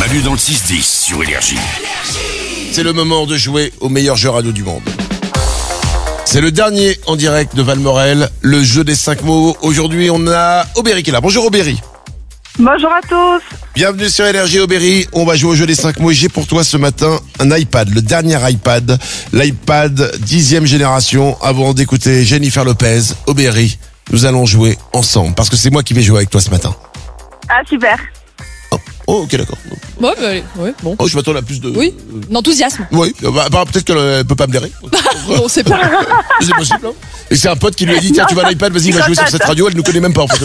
Manu dans le 6-10 sur Énergie. C'est le moment de jouer au meilleur jeu radio du monde. C'est le dernier en direct de Valmorel, le jeu des 5 mots. Aujourd'hui, on a Aubéry qui est là. Bonjour Aubéry. Bonjour à tous. Bienvenue sur Énergie Aubéry. On va jouer au jeu des 5 mots. J'ai pour toi ce matin un iPad, le dernier iPad, l'iPad 10e génération. Avant d'écouter Jennifer Lopez, Aubéry, nous allons jouer ensemble parce que c'est moi qui vais jouer avec toi ce matin. Ah super. Oh, oh, ok, d'accord. Ouais, bah, allez, ouais, bon. Oh, je m'attends à plus de. Oui, d'enthousiasme. Oui, euh, bah, bah, peut-être qu'elle euh, peut pas me blairer. On sait pas. C'est possible, hein Et c'est un pote qui lui a dit Tiens, tu vas à l'iPad, vas-y, Non, va jouer sur attends, cette attends. radio. Elle nous connaît même pas, en fait.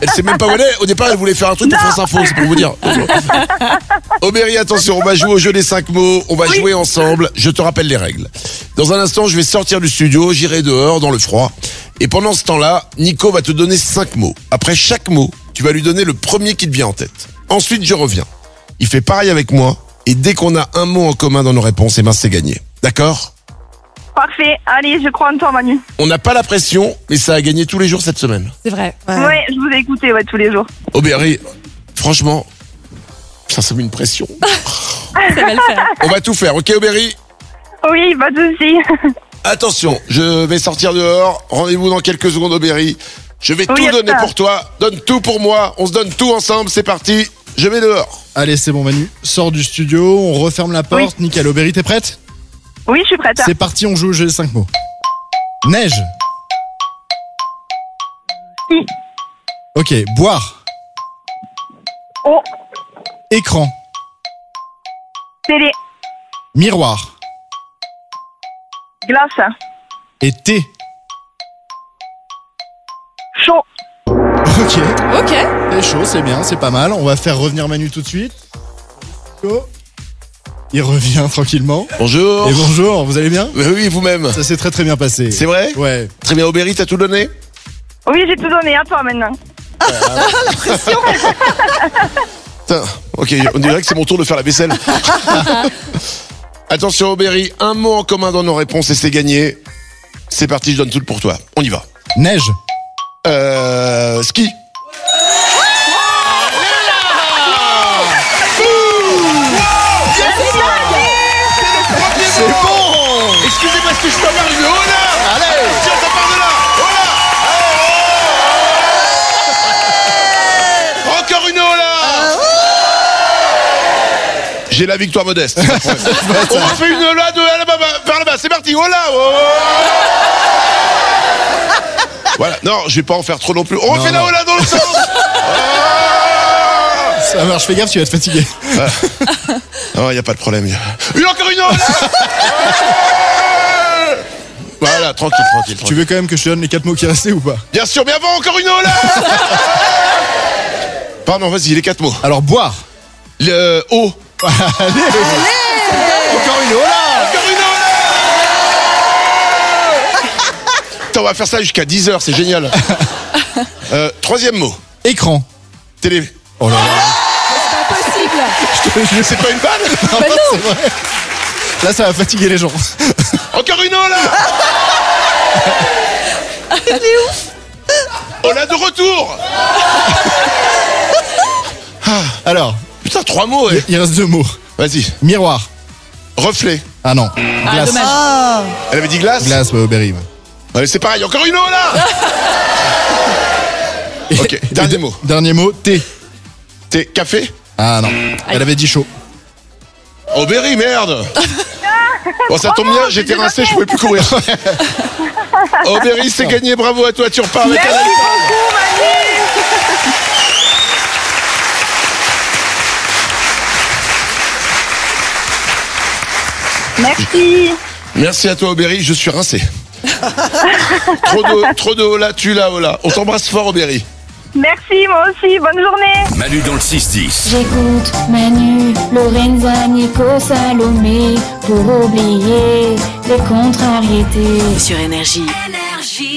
Elle sait même pas où elle est. Au départ, elle voulait faire un truc pour France Info, c'est pour vous dire. Aubéry, attention, on va jouer au jeu des cinq mots. On va jouer ensemble. Je te rappelle les règles. Dans un instant, je vais sortir du studio, j'irai dehors dans le froid. Et pendant ce temps-là, Nico va te donner cinq mots. Après chaque mot, tu vas lui donner le premier qui te vient en tête. Ensuite, je reviens. Il fait pareil avec moi. Et dès qu'on a un mot en commun dans nos réponses, et ben c'est gagné. D'accord Parfait. Allez, je crois en toi, Manu. On n'a pas la pression, mais ça a gagné tous les jours cette semaine. C'est vrai. Ouais, je vous ai écouté ouais, tous les jours. Aubéry, franchement, ça, ça met une pression. Ça va le faire. On va tout faire, ok Aubéry Oui, pas de souci. Attention, je vais sortir dehors. Rendez-vous dans quelques secondes Aubéry. Je vais Oui, tout à donner ça. pour toi. Donne tout pour moi. On se donne tout ensemble. C'est parti. Je vais dehors. Allez, c'est bon, Manu. Sors du studio, on referme la porte. Nickel, Aubéry, t'es prête Oui, je suis prête. C'est parti, on joue au jeu des 5 mots. Neige. Si. Ok, boire. Oh, Écran. télé, Miroir. glace, Et thé. chaud. Ok, Ok. c'est chaud, c'est bien, c'est pas mal. On va faire revenir Manu tout de suite. Go. Il revient tranquillement. Bonjour. Et bonjour, vous allez bien Mais oui, vous-même. Ça s'est très très bien passé. Oh. C'est vrai Ouais. Très bien Aubéry, t'as tout donné Oui, j'ai tout donné à toi maintenant. Putain, Ok, on dirait que c'est mon tour de faire la vaisselle. Attention Aubéry, un mot en commun dans nos réponses et c'est gagné. C'est parti, je donne tout pour toi. On y va. Neige. Euh, ski. C'est bon Excusez-moi, est-ce que je peux avoir le haut là Allez Tiens, ça part de là Voilà Encore une haut là Ah. J'ai la victoire modeste. c'est pas le problème. On refait une haut là de là-bas, vers là-bas, c'est parti, haut là oh, oh. Voilà, non, je vais pas en faire trop non plus. On refait la non. haut là dans le sens Ça marche, fais gaffe, tu vas te fatiguer. Non, il n'y a pas de problème. Il y a encore une autre Voilà, tranquille, tranquille. Tu tranquille. veux quand même que je te donne les 4 mots qui restaient ou pas Bien sûr, mais avant, encore une autre Pardon, vas-y, les quatre mots. Alors, boire. Le haut. Allez, Encore une, oh là Encore une autre Putain, on va faire ça jusqu'à 10h, c'est génial. Euh, troisième mot. Écran. Télé. Oh là là. Pas possible. C'est pas une balle Bah Non, c'est vrai. Là, ça va fatiguer les gens. Encore une autre On l'a de retour Alors, Putain, trois mots, ouais. il reste deux mots. Vas-y, Miroir. reflet. Ah non. Ah, glace. dommage. Elle avait dit glace Glace, euh, ouais, Auberry. ouais. Ah, mais c'est pareil, encore une eau là Ok, Et- dernier et- mot. Dernier mot, thé. T'es café Ah non. Elle avait dit chaud. Oh Berry, merde Bon, ça tombe bien, j'étais rincé, je pouvais plus courir. Oh Berry, c'est gagné, bravo à toi, tu repars avec un Merci iPad. beaucoup, Manu. Merci. Merci à toi Aubéry, je suis rincé. trop de, trop de hola, tu là, hola. On t'embrasse fort Aubéry. Merci, moi aussi. Bonne journée. Manu dans le 6-10. J'écoute Manu, Lorenza, Nico, Salomé pour oublier les contrariétés. sur énergie. énergie.